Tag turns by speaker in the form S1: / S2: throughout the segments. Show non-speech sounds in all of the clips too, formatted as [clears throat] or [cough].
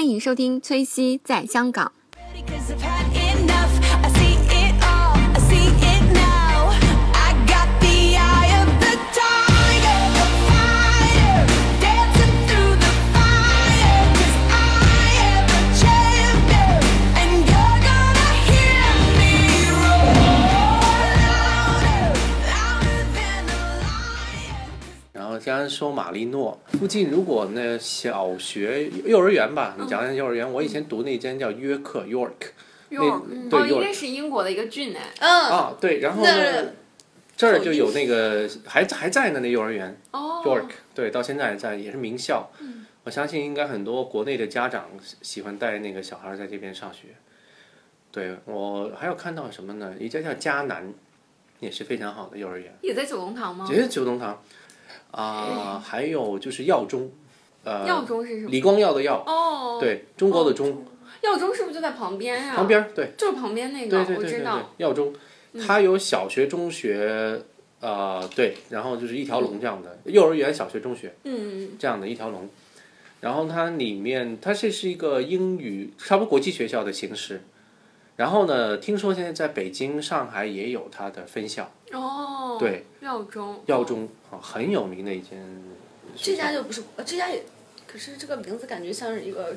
S1: 迎收听崔西在香港。
S2: Cause I've had enough. I see it all. I see it now. I got the eye of the tiger, the fire, dancing through the fire. 'Cause I am the champion, and you're gonna hear me roar louder, louder than a lion.
S3: 然后刚刚说马力诺附近，如果那小学、幼儿园
S4: 嗯
S3: 吧，你讲讲幼儿园。我以前读那间叫约克 （York），那
S4: 哦，
S3: 对
S4: 应该
S3: York
S4: 是英国的一个郡哎。
S5: 嗯，
S3: 啊，对。然后
S5: 那
S3: 呢，这儿就有那个还还在呢，那幼儿园
S4: 哦嗯
S3: York，对，到现在还在，也是名校。我相信应该很多国内的家长喜喜欢带那个小孩在这边上学。对我还有看到什么呢？一家叫迦南，也是非常好的幼儿园。
S4: 也在九龙塘吗？
S3: 也是九龙塘啊、还有就是耀中，呃，
S4: 耀中是什么？
S3: 李光耀的耀，
S4: 哦，，
S3: 对，中国的中，
S4: 耀中是不是就在旁边呀、
S3: 旁，边儿，对，
S4: 就是旁边那个，
S3: 对对
S4: 我
S3: 对对
S4: 知
S3: 对
S4: 道。，嗯
S3: 耀中，它有小学、中学，呃，对，然后就是一条龙这样的，幼儿园、小学、中学
S4: 嗯，
S3: 这样的一条龙。然后它里面，它这是一个英语，差不多国际学校的形式。然后呢，听说现在在北京、上海也有它的分校，
S4: 哦，，
S3: 对，
S4: 耀中，
S3: 耀中
S4: 哦
S3: 啊，很有名的一间学
S5: 这
S3: 校。
S5: 家就不是，呃这家也，可是这个名字感觉像是一个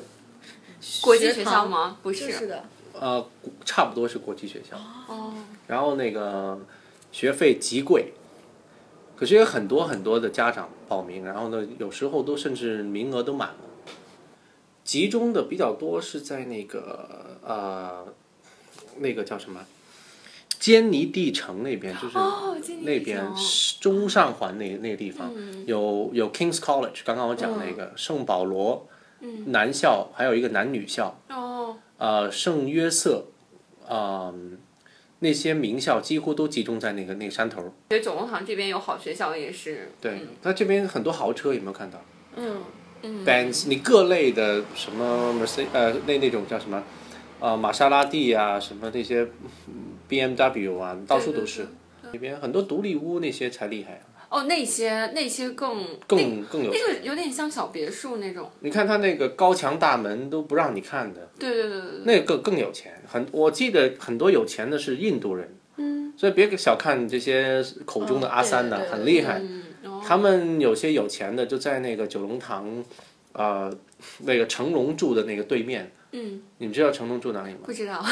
S4: 国际学校
S5: 堂？
S4: 吗？不，
S5: 就是是的，
S3: 呃，国差不多是国际学校，
S4: 哦，
S3: 然后那个学费极贵，可是也很多很多的家长报名，然后呢，有时候都甚至名额都满了。集中的比较多是在那个呃，那个叫什么，坚尼地城那边，就是
S4: 哦坚尼地
S3: 那
S4: 城嗯
S3: 边是中上环那那个地方，有有 King's College，刚刚我讲那个、圣保罗、
S4: 嗯
S3: 男校，还有一个男女校，
S4: 哦，
S3: 呃，圣约瑟，嗯、那些名校几乎都集中在那个那个山头儿。
S4: 觉得九龙塘这边有好学校也是，
S3: 对，那这边很多豪车有没有看到
S5: 嗯，
S3: ？Benz，你各类的什么 Mercedes，呃，那那种叫什么，呃，玛莎拉蒂啊，什么那些嗯 BMW 啊，到处都是。那边很多独立屋那些才厉害啊，
S4: 哦，那些那些更那
S3: 更更有。
S4: 那个有点像小别墅那种，
S3: 你看他那个高墙大门都不让你看的，
S4: 对对对对对，
S3: 那个更有钱，很我记得很多有钱的是印度人，嗯，所以别小看这些口中的阿三呐、
S5: 哦对对对
S3: 很厉害。
S4: 嗯，哦
S3: 他们有些有钱的就在那个九龙塘，呃，那个成龙住的那个对面，
S4: 嗯，
S3: 你们知道成龙住哪里吗？
S4: 不知道，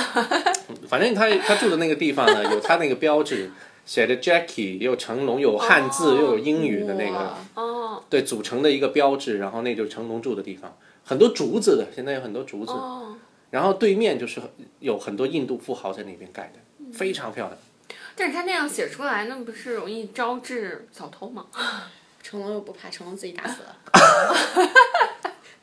S3: 反正他他住的那个地方
S5: [laughs]
S3: 呢，有他那个标志，写着 Jackie，也有成龙，有汉字，又有英语的那个
S5: 哦哇，
S4: 哦
S3: 对组成的一个标志，然后那就是成龙住的地方，很多竹子的，现在有很多竹子。
S4: 哦。
S3: 然后对面就是有很多印度富豪在那边盖
S5: 嗯
S3: 的，非常漂亮。
S4: 但是他那样写出来，那不是容易招致小偷吗？
S5: [laughs] 成龙又不怕，成龙自己打死了。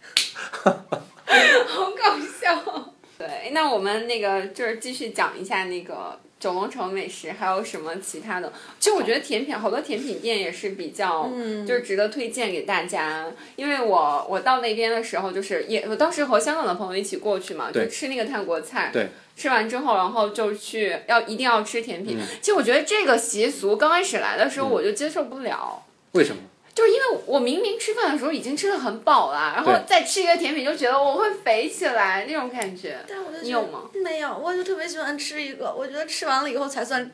S4: [laughs] 好搞笑。对，那我们那个就是继续讲一下那个九龙城美食，还有什么其他的？其实我觉得甜品好多甜品店也是比较，
S5: 嗯
S4: 就是值得推荐给大家。因为我我到那边的时候，就是也我当时和香港的朋友一起过去嘛，就
S3: 对
S4: 吃那个泰国菜。
S3: 对。
S4: 吃完之后，然后就去要一定要吃甜
S3: 嗯
S4: 品。其实我觉得这个习俗刚开始来的时候，我就接受不了。
S3: 为什么？
S4: 就是因为我明明吃饭的时候已经吃的很饱了，然后
S3: 对
S4: 再吃一个甜品就觉得我会肥起来那种感觉。
S5: 但我就觉得
S4: 你有吗？
S5: 没有，我就特别喜欢吃一个，我觉得吃完了以后才算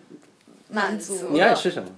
S5: 满足
S4: 满足
S5: 了。
S3: 你爱吃什么？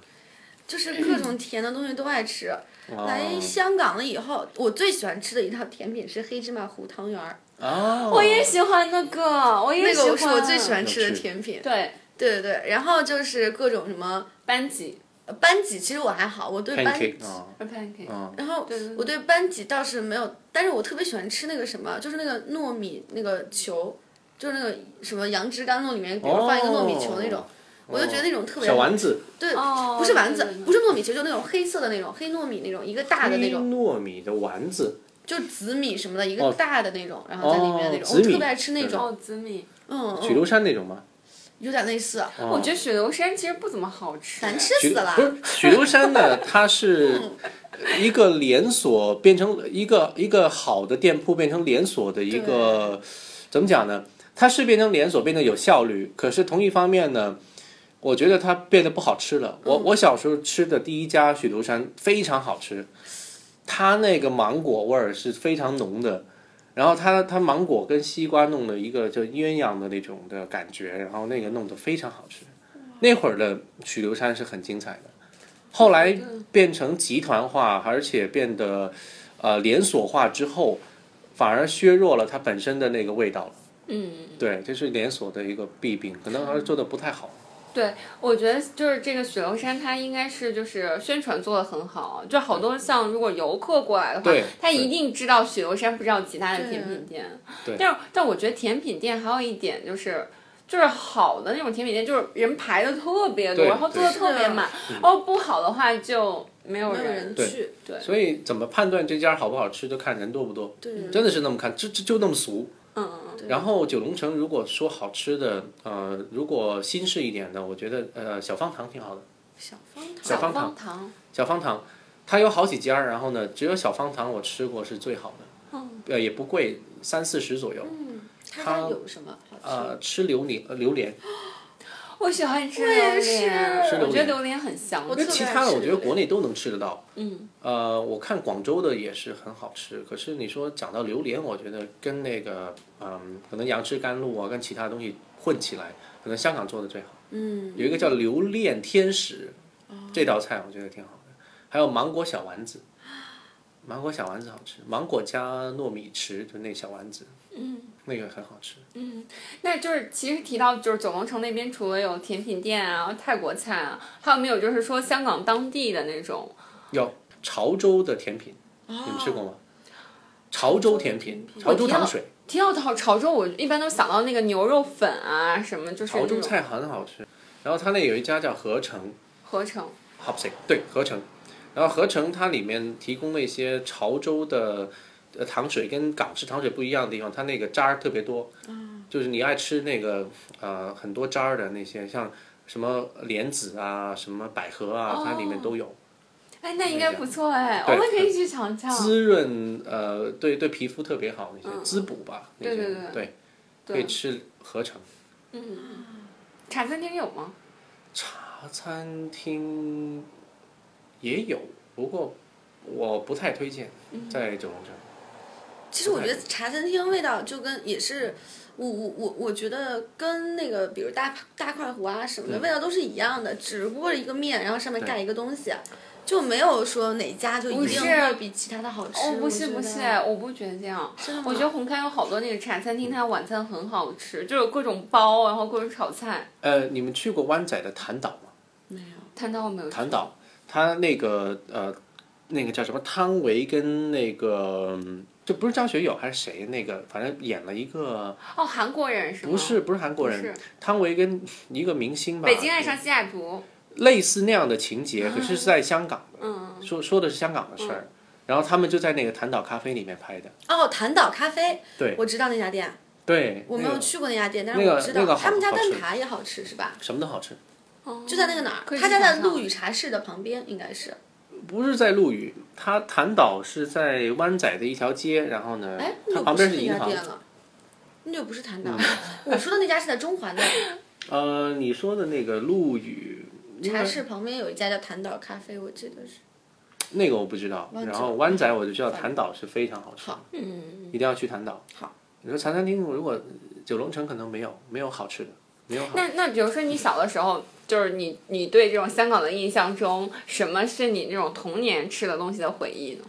S5: 就是各
S3: [clears throat]
S5: 种甜的东西都爱吃。来
S3: 哦
S5: 香港了以后，我最喜欢吃的一道甜品是黑芝麻糊汤圆儿，
S3: 哦，
S4: 我也喜欢那个，我也
S5: 那
S4: 喜欢。
S5: 个是我最喜欢吃
S3: 有
S5: 的
S3: 趣
S5: 甜品。
S4: 对
S5: 对对对，然后就是各种什么
S4: 班级
S5: 呃班戟，其实我还好，我对班戟
S3: pancake 啊，
S5: 哦
S4: 呃 pancake，、
S3: 嗯
S5: 然后
S4: 对对对
S5: 我对班戟倒是没有，但是我特别喜欢吃那个什么，就是那个糯米那个球，就是那个什么杨枝甘露里面，比如放一个糯米球那种，
S3: 哦
S5: 我就觉得那种特别
S3: 小丸子
S5: 对，
S4: 哦
S5: 不是丸子
S4: 对对，对
S5: 不是糯米球，就那种黑色的那种黑糯米那种，一个大的那种，嗯
S3: 糯米的丸子，
S5: 就紫米什么的，一个
S3: 哦
S5: 大的那种，然后在里面那
S3: 哦
S5: 种，
S3: 紫
S5: 我
S3: 米
S5: 特别爱吃那种，
S4: 哦紫米。
S5: 嗯，
S3: 许
S5: 嗯
S3: 留山那种吗？
S5: 有点类似，
S4: 我觉得雪留山其实不怎么好吃，
S5: 难吃
S3: 许
S5: 死了
S3: 哦不。是许留山呢，它是
S5: [laughs]
S3: 一个连锁变成一个一个好的店铺变成连锁的一个怎么讲呢？它是变成连锁，变得有效率，可是同一方面呢。我觉得它变得不好吃了。我我小时候吃的第一家许留山非常好吃，它那个芒果味儿是非常浓的，然后它它芒果跟西瓜弄了一个就鸳鸯的那种的感觉，然后那个弄得非常好吃。那会儿的许留山是很精彩的，后来变成集团化，而且变得呃连锁化之后，反而削弱了它本身的那个味道了。
S4: 嗯，
S3: 对，这是连锁的一个弊病，可能还是做的不太好。
S4: 对，我觉得就是这个雪楼山，它应该是就是宣传做的很好，就好多像如果游客过来的话
S3: 对，
S4: 他
S3: 对
S4: 一定知道雪楼山，不知道其他的
S5: 对
S4: 甜品店。
S3: 对
S4: 但但我觉得甜品店还有一点就是。就是好的那种甜品店，就是人排的特别多，
S3: 对
S4: 然后坐的
S3: 对
S4: 特别满。哦，不好的话就没有
S5: 没有
S4: 人
S5: 人。去，
S4: 对，
S3: 所以怎么判断这家好不好吃，就看人多不多，
S5: 对，
S3: 真的是那么看，就就就那么俗。
S4: 嗯嗯
S3: 然后九龙城如果说好吃的，呃，如果新式一点的，我觉得呃小方糖挺好的。
S5: 小方糖，
S3: 小
S4: 小
S3: 方糖
S4: 方糖，
S3: 小方糖，它有好几家，然后呢，只有小方糖我吃过是最好的，呃也不贵，三四十左右。
S5: 嗯，它
S3: 它
S5: 家有什么好吃
S3: 呃
S5: 的？，
S3: 吃榴莲，呃榴莲，
S4: 我喜欢吃
S5: 我也
S4: 榴莲，
S5: 是吃
S3: 榴
S4: 我觉得
S3: 莲
S4: 榴莲很香。
S5: 我
S3: 因为
S5: 特
S3: 其
S5: 别爱
S3: 他的
S5: 吃
S3: 我觉得
S5: 榴莲
S3: 国内都能吃得到。
S4: 嗯，
S3: 呃，我看广州的也是很好吃，可是你说讲到榴莲，我觉得跟那个嗯，可能杨枝甘露啊，跟其他东西混起来，可能香港做的最好。
S5: 嗯，
S3: 有一个叫榴莲天使，这道菜我觉得挺好的，还有芒果小丸子，芒果小丸子好吃，芒果加糯米糍就那小丸子，嗯，那个很好吃。
S4: 那就是其实提到就是九龙城那边，除了有甜品店啊、泰国菜啊，还有没有就是说香港当地的那种？
S3: 有潮州的甜品，你们吃过吗？潮州甜品，哦潮州糖水，
S4: 提到潮潮州，我一般都想到那个牛肉粉啊，什么就是
S3: 潮
S4: 那
S3: 州
S4: 种
S3: 菜很好吃。然后它那有一家叫合成
S4: 合成。
S3: ，Hopsick，对，合成。然后合成它里面提供了一些潮州的呃糖水，跟港式糖水不一样的地方，它那个渣儿特别多。
S4: 啊
S3: 就是你爱吃那个呃很多渣儿的那些，像什么莲子啊、什么百合啊，它里面都有。
S4: 哎，那应该不错哎，我
S3: 对
S4: 们可以去尝尝。
S3: 滋润呃，对对皮肤特别好，那些滋补吧，那些
S4: 嗯对对
S3: 对，
S4: 对
S3: 可以吃合成。
S4: 嗯茶餐厅有吗？
S3: 茶啊餐厅也有，不过我不太推荐
S4: 嗯
S3: 在九龙城。
S5: 其实我觉得茶餐厅味道就跟也是，我我我我觉得跟那个比如大大块湖啊什么
S3: 嗯
S5: 的味道都是一样的，只不过是一个面，然后上面盖一个东西，就没有说哪家就一定
S4: 不是
S5: 会比其他的好吃。
S4: 哦，不
S5: 我
S4: 是
S5: 觉
S4: 不
S5: 得
S4: 是，我不觉得这样。我觉得红磡有好多那个茶餐厅，它晚餐很好吃，就有各种包，然后各种炒菜。
S3: 呃，你们去过湾仔的潭岛吗？
S5: 没有，
S4: 摊到我没有吃？
S3: 潭岛，它那个呃，那个叫什么汤唯跟那个，嗯这不是张学友还是谁？那个反正演了一个，
S4: 哦，韩国人是吗？
S3: 不是不是韩国
S4: 哦不是
S3: 人，汤唯跟一个明星吧，
S4: 北京爱上西雅图。
S3: 类似那样的情节，可是是在香港的，
S4: 嗯
S3: 说说的是香港的事儿，然后他们就在那个潭岛咖啡里面拍的，
S5: 哦，谭岛咖啡，
S3: 对
S5: 我知道那家店，
S3: 对，
S5: 我
S3: 那
S5: 没有
S3: 个
S5: 去过那家店，但
S3: 那
S5: 是我
S3: 个
S5: 知
S3: 那
S5: 道
S3: 个好
S5: 他们家
S3: 好
S5: 蛋
S3: 吃
S5: 挞也好吃，是吧？
S3: 什么都好吃，
S5: 就在那个哪
S4: 哦可
S5: 儿，
S4: 以
S5: 他家
S4: 去尝尝
S5: 在陆羽茶室的旁边，应该是。
S3: 不是在陆羽，它潭岛是在湾仔的一条街，然后呢
S5: 哎，，
S3: 它
S5: 那就
S3: 旁
S5: 不
S3: 边
S5: 是那
S3: 银
S5: 家
S3: 行嗯
S5: 店。了，那就不是谭岛。 [laughs] 我说的那家是在中环的
S3: [laughs] 呃，你说的那个陆羽应
S5: 茶
S3: 该
S5: 室旁边有一家叫谭岛咖啡，我记得是。
S3: 那个我不知道，
S5: 湾仔嗯
S3: 然后湾仔我就知道潭岛是非常好吃的，
S5: 好
S4: 嗯，
S3: 一定要去潭岛。
S5: 好，
S3: 你说茶餐厅，如果九龙城可能没有没有好吃的，没有好吃的。
S4: 那那比如说你小的时候，就是你你对这种香港的印象中，什么是你这种童年吃的东西的回忆呢？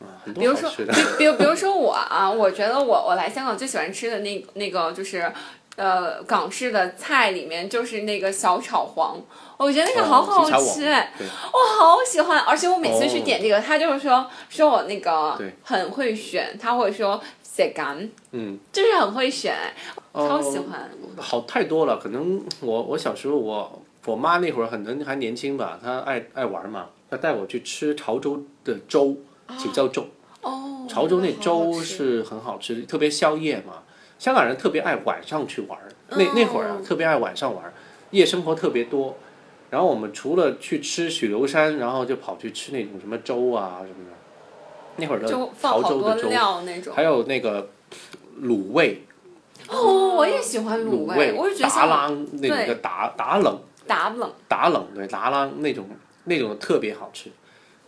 S3: 啊很
S4: 比
S3: 多
S4: 如
S3: 好
S4: 说，
S3: 吃
S4: 比
S5: [laughs]
S3: 的。
S4: 比如比如说我啊，我觉得我我来香港最喜欢吃的那那个就是。呃，港式的菜里面就是那个小炒黄，我觉得那个好好
S3: 哦鸡
S4: 吃
S3: 茶
S4: 哎、
S3: 网对
S4: 我好喜欢，而且我每次去
S3: 哦
S4: 点这个，他就是说说我那个
S3: 对
S4: 很会选，他会说写干，
S3: 嗯，
S4: 就是很会选，超喜
S3: 哦
S4: 欢。
S3: 好太多了。可能我我小时候我我妈那会儿可能还年轻吧，她爱爱玩嘛，她带我去吃潮州的粥，酒叫粥。
S4: 啊哦，
S3: 潮州那
S5: 好好
S3: 粥
S5: 吃
S3: 是很好吃，特别宵夜嘛。香港人特别爱晚上去玩儿，那
S4: 嗯
S3: 那会儿啊，特别爱晚上玩儿，夜生活特别多。然后我们除了去吃许留山，然后就跑去吃那种什么粥啊什么的。那会儿的
S4: 就放
S3: 潮
S4: 好
S3: 州
S4: 多
S3: 的粥，
S4: 料那种
S3: 还。有那个卤味，
S4: 哦，我也喜欢
S3: 卤
S4: 味，我就觉得
S3: 达
S4: 香港
S3: 郎那种叫
S4: 对
S3: 达达冷，
S4: 打冷，
S3: 达冷对达郎那种那种特别好吃，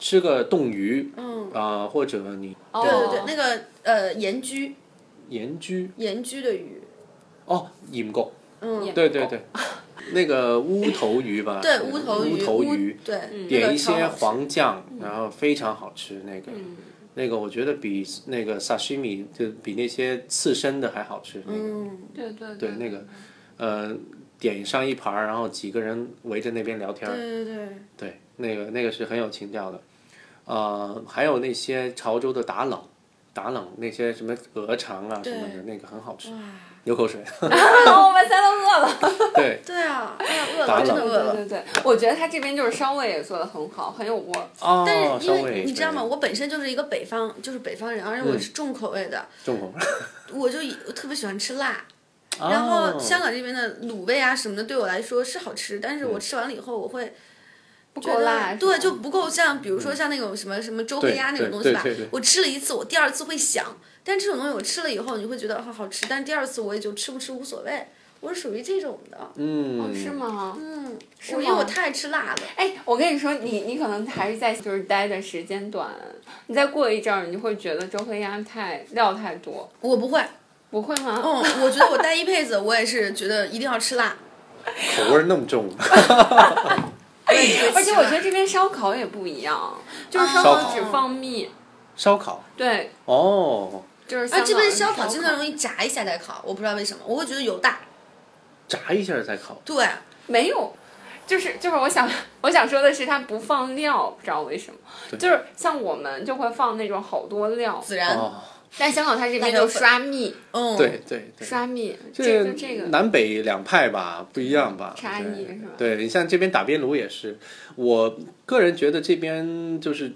S3: 吃个冻鱼
S5: 嗯，
S3: 啊、呃或者你
S4: 哦
S5: 对对对，那个呃盐焗，
S3: 盐焗
S5: 盐焗的鱼，
S3: 哦，盐焗，
S5: 嗯，
S3: 对对对， [laughs] 那个乌头鱼吧，
S5: 对乌头
S3: 乌
S5: 鱼，
S3: 头
S5: 乌
S3: 鱼，
S5: 对，那
S4: 嗯
S3: 点
S5: 个
S3: 一
S5: 超
S3: 些
S5: 好吃嗯
S3: 黄酱，然后非常好吃那个。那个我觉得比那个萨西米就比那些刺身的还好吃。那个
S5: 嗯，
S4: 对对
S3: 对那个，呃，点上一盘儿，然后几个人围着那边聊天儿
S5: 对，对对，
S3: 对，那个那个是很有情调的。呃，还有那些潮州的打冷，打冷那些什么鹅肠啊什么的，那个很好吃。流口水。
S4: [laughs]
S3: [laughs]
S4: 我们仨都饿了。
S3: 对，
S5: 对啊，哎呀，饿
S3: 打
S5: 了，真的
S3: 冷
S5: 饿了
S4: 对。对对，我觉得他这边就是烧味也做的很好，很有味儿。
S3: 哦，
S5: 但是
S3: 稍
S5: 因
S3: 微
S5: 为你知道吗？
S3: 对嗯
S5: 我本身就是一个北方，就是北方人，而且我是重口味的，
S3: 重口味。
S5: 我就我特别喜欢吃辣。然后
S3: 哦
S5: 香港这边的卤味啊什么的，对我来说是好吃，但是
S3: 嗯
S5: 我吃完了以后，我会
S4: 不
S5: 觉
S4: 够辣，
S5: 得
S4: 是
S5: 对
S4: 吗
S5: 就不够像，比如说像那种什么什么周黑鸭那种东
S3: 嗯
S5: 西
S3: 对
S5: 吧
S3: 对对对，
S5: 我吃了一次，我第二次会想，但这种东西我吃了以后，你会觉得哦好好吃，但第二次我也就吃不吃无所谓，我是属于这种的，
S3: 嗯，
S4: 哦是？吗？
S5: 嗯，
S4: 是
S5: 我因为
S4: 吗
S5: 我太爱吃辣了，
S4: 哎，我跟你说，你你可能还是在就是待的时间短，你再过一阵儿，你就会觉得周黑鸭太料太多，
S5: 我不会，
S4: 不会吗？
S5: 嗯，我觉得我待一辈子，我也是觉得一定要吃
S3: [laughs]
S5: 辣，
S3: 口味儿那么重。
S4: [laughs] 而且我觉得这边烧烤也不一样，就是烧
S3: 啊烧
S4: 烤
S3: 烤
S4: 只放蜜，
S3: 烧烤
S4: 对，
S3: 哦，
S4: 就是香
S5: 啊，
S4: 港
S5: 这边
S4: 人
S5: 烧
S4: 烤
S5: 烤经常容易炸一下再烤，我不知道为什么，我会觉得油大。
S3: 炸一下再烤。
S5: 对，
S4: 没有，就是就是我想我想说的是，它不放料，不知道为什么，
S3: 对
S4: 就是像我们就会放那种好多料，
S5: 孜然，
S3: 哦，
S4: 但香港它这
S5: 辣
S4: 边
S5: 椒
S4: 就
S5: 粉
S4: 刷蜜，
S5: 嗯，
S3: 对对对。
S4: 刷蜜，这
S3: 这
S4: 就这个，
S3: 南北两派吧，不一样吧？
S4: 差
S3: 对
S4: 异是吧
S3: 对你像这边打边炉也是，我个人觉得这边就是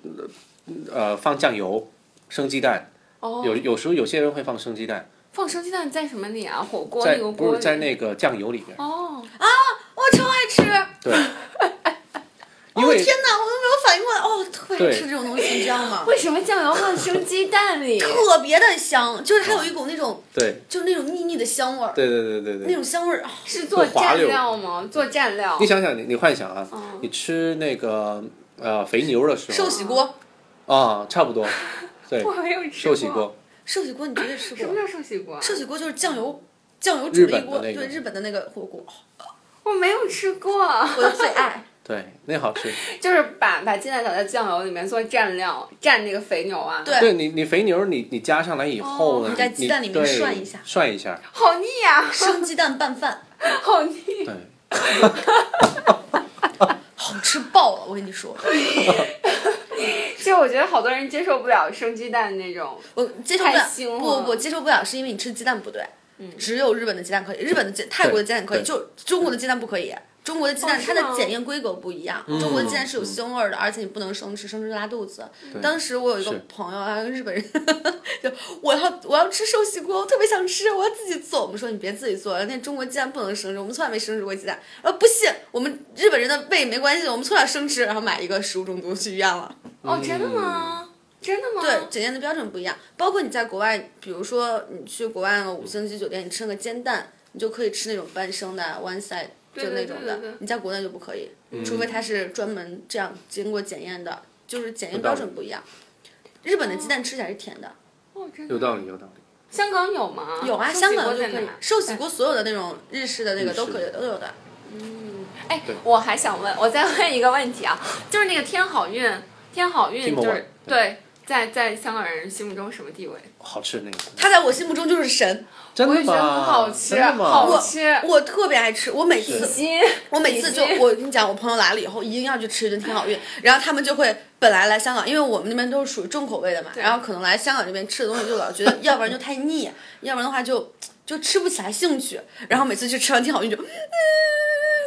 S3: 呃放酱油、生鸡蛋，
S4: 哦，
S3: 有有时候有些人会放生鸡蛋，
S4: 放生鸡蛋在什么里啊？火锅
S3: 在
S4: 那个
S3: 不
S4: 锅
S3: 是
S4: 里
S3: 在那个酱油里边，
S4: 哦，
S5: 我超爱吃。
S3: 对，因为
S5: [laughs] 哦、天哪，我都没有反应过来，哦，特别爱吃
S3: 对
S5: 这种东西，你知道吗？
S4: 为什么酱油放生鸡蛋里？
S5: 特别的香，就是它有一股那种，
S3: 对
S5: 就是那种腻腻的香味儿，
S3: 哦对对对对
S5: 那
S3: 对。
S5: 种香味儿啊，
S4: 是做
S3: 不滑
S4: 蘸
S3: 溜
S4: 料吗？做蘸料
S3: 你。想想，你你幻想啊，
S4: 嗯
S3: 你吃那个呃肥牛的时
S5: 哦寿
S3: 候
S5: 喜锅，
S3: 啊，差不多，
S5: [laughs]
S3: 对，
S4: 我没有吃
S3: 寿喜
S4: 过
S3: 锅，
S5: 寿喜锅你绝对吃
S4: 什么
S5: 过，
S4: 叫寿喜锅啊？
S5: 寿喜锅就是酱油。酱油
S3: 日
S5: 煮了
S3: 本
S5: 一
S3: 的
S5: 锅，
S3: 那个
S5: 对日本的那个火锅，
S4: 我没有吃过，
S5: 我的最爱。
S3: 对，那好
S5: [laughs]
S3: 吃。
S4: 就是把把鸡蛋倒在酱油里面做蘸料，蘸那个肥牛啊。
S5: 对
S3: 对你，你肥牛你你加上来以后
S4: 哦
S3: 呢，
S5: 你在鸡蛋里面
S3: 对
S5: 涮一下
S3: 涮一下，
S4: 好腻呀、啊，
S5: 生鸡蛋拌饭，
S4: 好腻！
S3: 对，
S5: 好吃爆了！我跟你说，
S4: 就我觉得好多人接受不了生鸡蛋那种，
S5: 我接受不
S4: 太
S5: 了，
S4: 腥了嗯
S5: 不不不接受不了，是因为你吃鸡蛋不对。只有日本的鸡蛋可以，日本的鸡泰国的鸡蛋可以，
S3: 对
S5: 就中国的鸡蛋不可以。中国的鸡
S4: 哦
S5: 蛋
S4: 是
S5: 它
S4: 吗
S5: 的检验规格不一
S3: 嗯
S5: 样，中国的鸡蛋是有腥味儿的，而且你不能生吃，生吃就拉肚子。当时我有一个
S3: 是
S5: 朋友啊，日本人， [laughs] 就我要我要吃寿喜锅，我特别想吃，我要自己做。我们说你别自己做，那中国鸡蛋不能生吃，我们从来没生吃过鸡蛋。呃，不信，我们日本人的胃没关系，我们从小生吃，然后买一个食物中毒去医院了。
S4: 哦，真的吗？真的吗？
S5: 对，检验的标准不一样。包括你在国外，比如说你去国外的五星级酒店，你吃那个煎蛋，你就可以吃那种半生的 one side，
S4: 对对
S5: 就那
S4: 对
S5: 种
S4: 对
S5: 的
S4: 对。
S5: 你在国内就不可以，
S3: 嗯
S5: 除非它是专门这样经过检验的，就是检验
S3: 有道
S5: 标
S3: 理
S5: 准不一样。日本的鸡蛋吃起来是甜的，
S4: 哦，真的
S3: 有道理，有道理。
S4: 香港有吗？
S5: 有
S4: 哦
S5: 啊，
S4: 寿喜
S5: 香港
S4: 锅
S5: 就
S4: 在
S5: 可以
S4: 哪，
S5: 寿喜锅所有的那种日式的那个
S3: 日
S5: 都
S3: 式
S5: 可以，
S3: 的
S5: 都有的。
S4: 哎
S3: 对，
S4: 我还想问，我再问一个问题啊，就是那个天好运，天好运
S3: 天
S4: 就
S3: 魔
S4: 是
S3: 丸
S4: 对，在在香港人心目中什么地位？
S3: 好吃那个，
S5: 它在我心目中就是神，
S3: 真
S4: 我也
S3: 的
S4: 觉
S3: 吗？
S4: 得很好吃，
S3: 真的吗？
S4: 好
S5: 啊
S4: 吃。
S5: 我特别爱吃，我每
S4: 比
S5: 次
S4: 心，
S5: 我每次就
S4: 比心
S5: 我跟你讲，我朋友来了以后一定要去吃一顿天好运，然后他们就会本来来香港，因为我们那边都是属于重口味的嘛，然后可能来香港这边吃的东西就老觉得，要不然就太腻，要不然的话就就吃不起来兴趣，然后每次去吃完天好运就， [laughs] 嗯，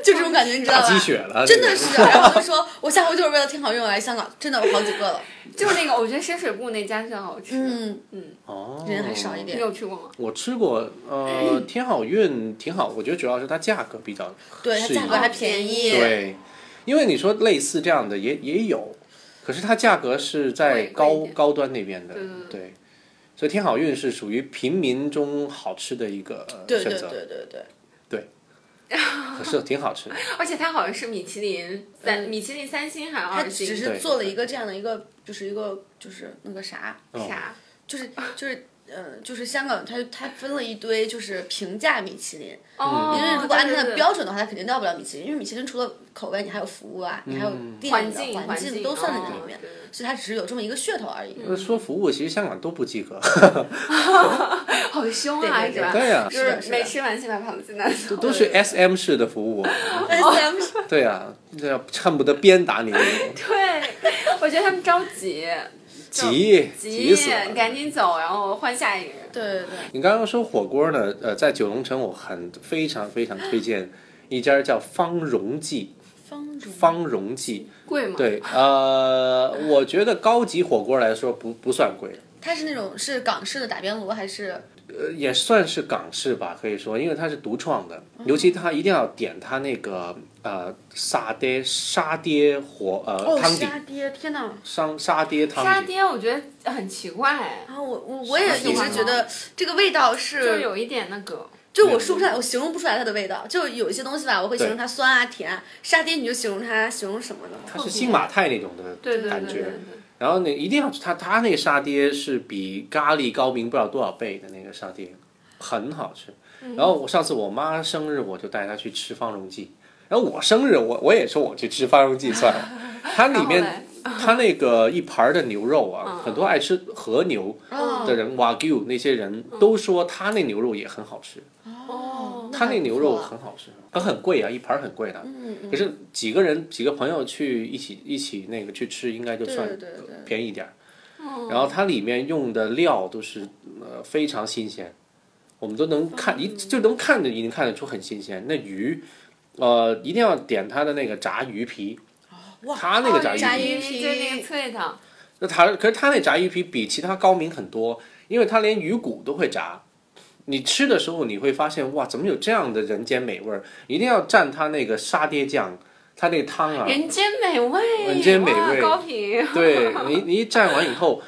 S5: 就这种感觉，你知道
S3: 打
S5: 吧
S3: 鸡？血了，
S5: 真
S3: 这
S5: 的
S3: 个
S5: 是，然后我就说，我下回就是为了天好运我来香港，真的我好几个了，
S4: 就是 [laughs] 那个，我觉得深水埗那家最好吃。
S5: 嗯，
S3: 哦，
S5: 人还少一点
S4: 你有去过吗？
S3: 我吃过，呃，天好运挺好，我觉得主要是它价格比较
S5: 对，它
S3: 适宜
S5: 价格
S4: 哦
S5: 还便宜，
S3: 对，因为你说类似这样的也也有，可是它价格是在
S4: 贵贵一
S3: 高
S4: 点
S3: 高端那边的
S4: 对对，对
S3: 对，所以天好运是属于平民中好吃的一个呃
S5: 对对
S3: 选
S5: 对
S3: 择，
S5: 对对对，
S3: 可是挺好吃的。
S4: 而且它好像是米其林三，
S5: 嗯
S4: 米其林三星还是
S5: 它
S4: 二星？
S5: 只是
S3: 对
S5: 做了一个这样的一个，就是一个就是那个啥，
S3: 嗯
S4: 啥？
S5: 就是就是。呃，就是香港它它分了一堆就是平价米其林，
S4: 嗯
S6: 哦，
S5: 因为如果按照它
S6: 对对
S5: 的标准的话，它肯定到不了米其林，因为米其林除了口味，你还有服务啊，你还有
S3: 嗯
S5: 店
S6: 环
S5: 的
S6: 境
S5: 环境都算在这里面
S6: 哦，对嗯
S5: 所以它只是有这么一个噱头而已。
S3: 那说服务，其实香港都不及格，
S6: 好凶啊，
S5: 对对
S6: 是吧？
S3: 对
S6: [laughs]
S3: 呀
S6: 就是
S5: 的
S6: 是
S5: 是的
S6: 每吃完先把盘子拿走。
S3: 都是 S M 式的服务。
S5: SM 是
S3: 对呀、这样恨不得鞭打你
S4: [laughs]
S3: 那种，
S6: 对，我觉得他们着急，
S3: 急
S6: 急
S3: 急死了，
S6: 你赶紧走，然后换下一个人。
S5: [laughs] 对对对，
S3: 你刚刚说火锅呢，呃，在九龙城我很非常非常推荐一家叫方荣记，
S5: 方如
S3: 方荣记，
S6: 贵吗？，
S3: 对，呃，我觉得高级火锅来说不不算贵，
S5: 它是那种是港式的打边炉还是
S3: 呃，也算是港式吧，可以说，因为它是独创的，尤其它一定要点它那个呃沙爹沙爹火呃
S5: 哦
S3: 汤底，
S5: 沙爹？天哪！
S3: 沙沙爹
S6: 沙
S3: 汤底，
S6: 爹我觉得很奇怪，
S5: 然后我我我也
S3: 喜
S5: 一
S3: 欢吗
S5: 直觉得这个味道
S6: 就是
S5: 是，
S6: 有一点那个。
S5: 就我说不出来，我形容不出来它的味道。就有一些东西吧，我会形容它酸啊、甜啊。沙爹你就形容它形容什么呢？
S3: 它是新马泰那种的
S6: 对对对
S3: 感
S6: 对
S3: 觉。
S6: 对，
S3: 然后你一定要它它那个沙爹是比咖喱高明不了多少倍的那个沙爹，很好吃。
S6: 嗯
S3: 然后我上次我妈生日，我就带她去吃方荣记。然后我生日，我我也说我去吃方荣记算
S6: [laughs]
S3: 了。它里
S6: 然后嘞嗯
S3: 面它那个一盘儿的牛肉啊，很多爱吃和牛
S5: 哦
S3: 的人哇 u 那些人
S6: 嗯
S3: 都说他那牛肉也很好吃，
S5: 哦，
S3: 他那
S5: 很
S3: 牛
S5: 不
S3: 肉
S5: 错
S3: 很好吃，可很贵啊，一盘儿很贵的。
S5: 嗯嗯
S3: 可是几个人几个朋友去一起一起那个去吃，应该就算
S5: 对对对哦
S3: 便宜点儿。然后它里面用的料都是呃非常新鲜，我们都能
S5: 哦
S3: 看一就能看着已经看得出很新鲜。那鱼，呃，一定要点它的那个炸鱼皮，
S5: 哇
S3: 它那个
S5: 哦
S3: 炸
S5: 炸
S3: 鱼皮，
S5: 鱼
S6: 皮
S5: 皮
S6: 就是那个脆的，
S3: 那它可是它那炸鱼皮比其他高明很多，因为它连鱼骨都会炸。你吃的时候你会发现哇，怎么有这样的人间美味儿？一定要蘸它那个沙爹酱，它那个汤啊，
S6: 人间美味，
S3: 人间美
S6: 哇
S3: 味
S6: 高频。
S3: 对你，你一蘸完以后，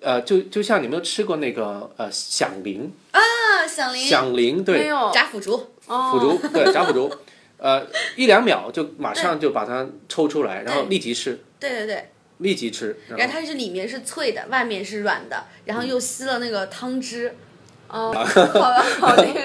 S3: 呃，就就像你没有吃过那个呃响铃，
S5: 啊，响铃哦
S3: 响铃
S6: 没
S3: 对，
S6: 有
S5: 炸腐竹，
S3: 腐
S6: 腐
S3: 竹
S6: [laughs]
S3: 对炸腐竹，呃，一两秒就马上就把它抽出来，然后立即吃，
S5: 对对对，
S3: 立即吃，
S5: 然
S3: 然
S5: 后
S3: 后
S5: 它是里面是脆的，外面是软的，
S3: 嗯
S5: 然后又吸了那个
S3: [laughs]
S5: 汤汁，
S6: 哦，好好那个，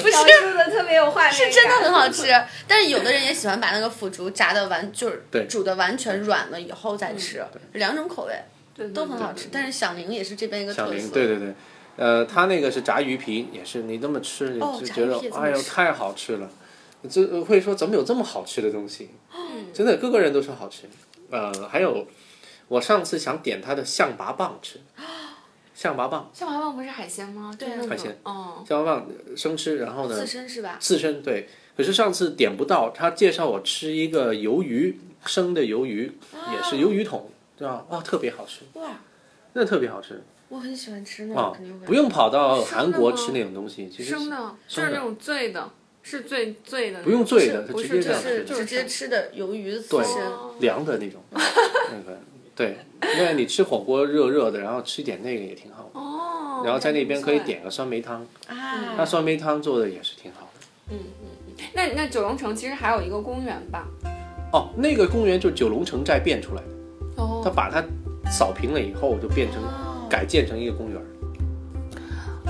S6: 不是 [laughs] 说的特别有画面
S5: 是真的很好吃。 [laughs] 但是有的人也喜欢把那个腐竹炸的完，就是
S3: 对嗯
S5: 煮的完全软了以后再吃，两种口味
S6: 很
S5: 都很好吃。但是响铃也是这边一个特
S3: 响
S5: 色，
S3: 铃对对对，呃，它那个是炸鱼皮，也是你那么吃，你
S5: 哦
S3: 就
S5: 炸
S3: 觉
S5: 鱼
S3: 得
S5: 皮也这么
S3: 哎呦
S5: 吃
S3: 太好吃了，这呃会说怎么有这么好吃的东西？
S5: 嗯
S3: 真的，个个人都说好吃。呃，还有我上次想点它的象拔蚌吃，象拔蚌。
S6: 象拔蚌不是海鲜吗？
S5: 对
S6: 就是
S5: 啊
S6: 那种
S3: 海鲜
S6: 嗯，
S3: 香棒生吃，然后呢
S5: 刺，身是吧？
S3: 刺身对。可是上次点不到，他介绍我吃一个鱿鱼，生的鱿鱼，也是鱿鱼筒，对吧？哇，特别好吃，
S5: 啊哇，
S3: 真的特别好吃
S5: 我很喜欢吃那
S3: 啊
S5: 种，肯定！会。
S3: 不用跑到
S6: 生的
S3: 韩国
S6: 吗
S3: 吃那种东西，其实
S6: 生的，就
S3: 生
S6: 是
S3: 的
S6: 那种醉的，是醉醉的那种，
S3: 不用醉的，
S6: 是
S3: 它
S6: 不
S3: 直
S6: 是
S3: 接
S6: 就
S3: 这样哦
S5: 是
S6: 就
S3: 吃的，
S5: 直
S6: 是哦
S5: 接
S6: 生
S5: 吃的鱿鱼刺
S3: 对
S5: 身，
S3: 凉的那种，那个对。因为你吃火锅热热的，然后吃点那个也挺好的，
S6: 哦，
S3: 然后在那边可以
S6: 感觉不错哎
S3: 点个酸梅汤，
S5: 啊
S3: 那酸梅汤做的也是挺好的。
S6: 那那九龙城其实还有一个公园吧？
S3: 哦，那个公园就是九龙城寨变出来的。他
S6: 哦，
S3: 把它扫平了以后，就变成改建成一个公园儿。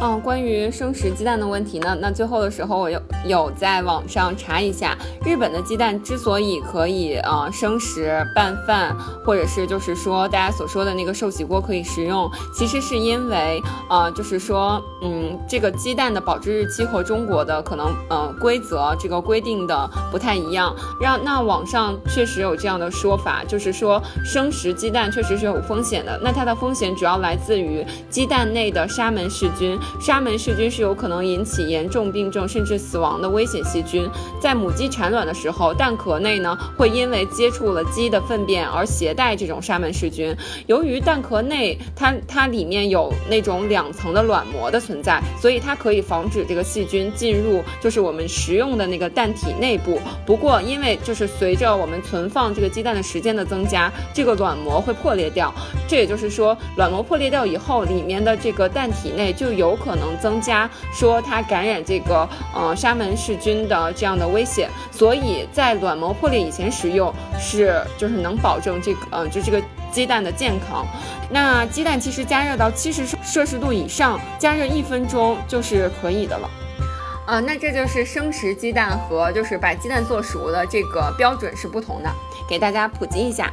S4: 嗯，关于生食鸡蛋的问题呢，那最后的时候我有有在网上查一下，日本的鸡蛋之所以可以呃生食拌饭，或者是就是说大家所说的那个寿喜锅可以食用，其实是因为呃就是说嗯这个鸡蛋的保质日期和中国的可能呃规则这个规定的不太一样，让那网上确实有这样的说法，就是说生食鸡蛋确实是有风险的。那它的风险主要来自于鸡蛋内的沙门氏菌，沙门氏菌是有可能引起严重病症甚至死亡的危险细菌。在母鸡产卵的时候，蛋壳内呢会因为接触了鸡的粪便而携带这种沙门氏菌。由于蛋壳内它它里面有那种两层的卵膜的存在，所以它可以防止这个细菌进入就是我们食用的那个蛋体内部。不过因为就是随着我们存放这个鸡蛋的时间的增加，这个卵膜会破裂掉。这也就是说，卵膜破裂掉以后，里面的这个蛋体内就有可能增加说它感染这个呃沙门氏菌的这样的危险。所以在卵膜破裂以前食用是就是能保证这个呃就这个
S1: 鸡蛋的健康。那鸡蛋其实加热到七十摄氏度以上，加热一分钟就是可以的了。啊、那这就是生食鸡蛋和就是把鸡蛋做熟的这个标准是不同的，给大家普及一下。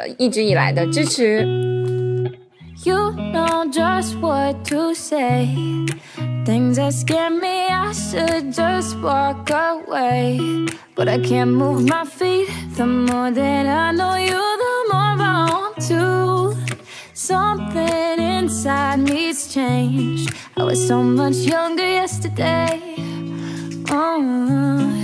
S1: 一直以来的支持。
S7: You know just what to say. Things that scare me, I should just walk away. But I can't move my feet. The more that I know you, the more I want to. Something inside me's changed. I was so much younger yesterday. Oh.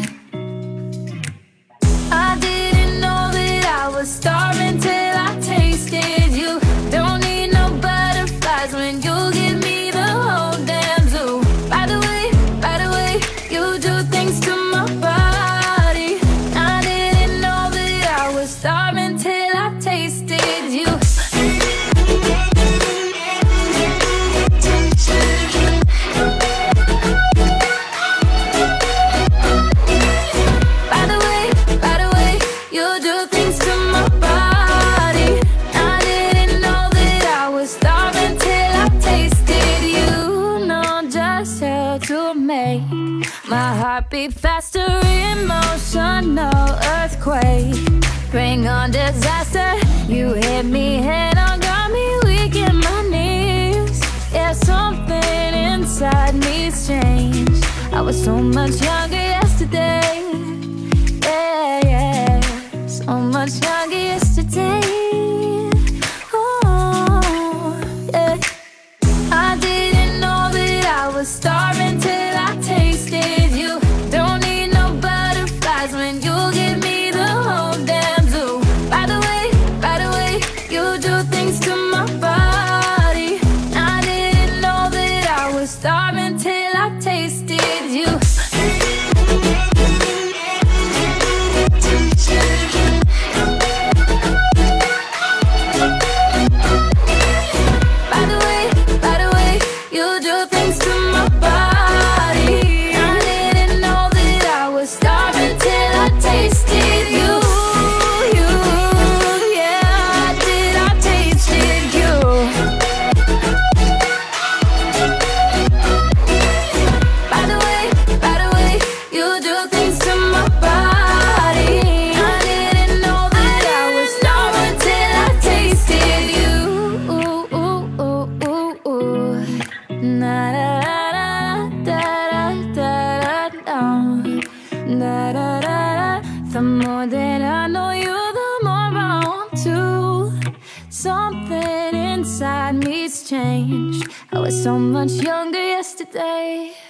S7: I didn't know that I was starving till I tasted you. Don't need no butterflies when you give me the whole damn zoo. By the way, by the way, you do things to my body. I didn't know that I was starving till I tasted you. By the way, by the way, you do things to my body. I didn't know that I was starving till I tasted you. Know just how to make my heart beat faster, emotional earthquake. Bring on disaster. You hit me head on, got me weak in my knees. Yeah, something inside me's changed. I was so much younger yesterday yeah, yeah. So much younger yesterday. Oh, yeah. I didn't know that I was starving till I tasted you. Don't need no butterflies when you give me the whole damn zoo. By the way, by the way, you do things to my body. I didn't know that I was starving till I tasted you. By the way, by the way, you do things to my body. I didn't know that I was starving till I tasted you. You, yeah, did I tasted you? By the way, by the way, you do things to my body. I didn't know that I was starving till I tasted you. Na da da da da da da da da da da. The more that I know you, the more I want to. Something inside me's changed. I was so much younger yesterday.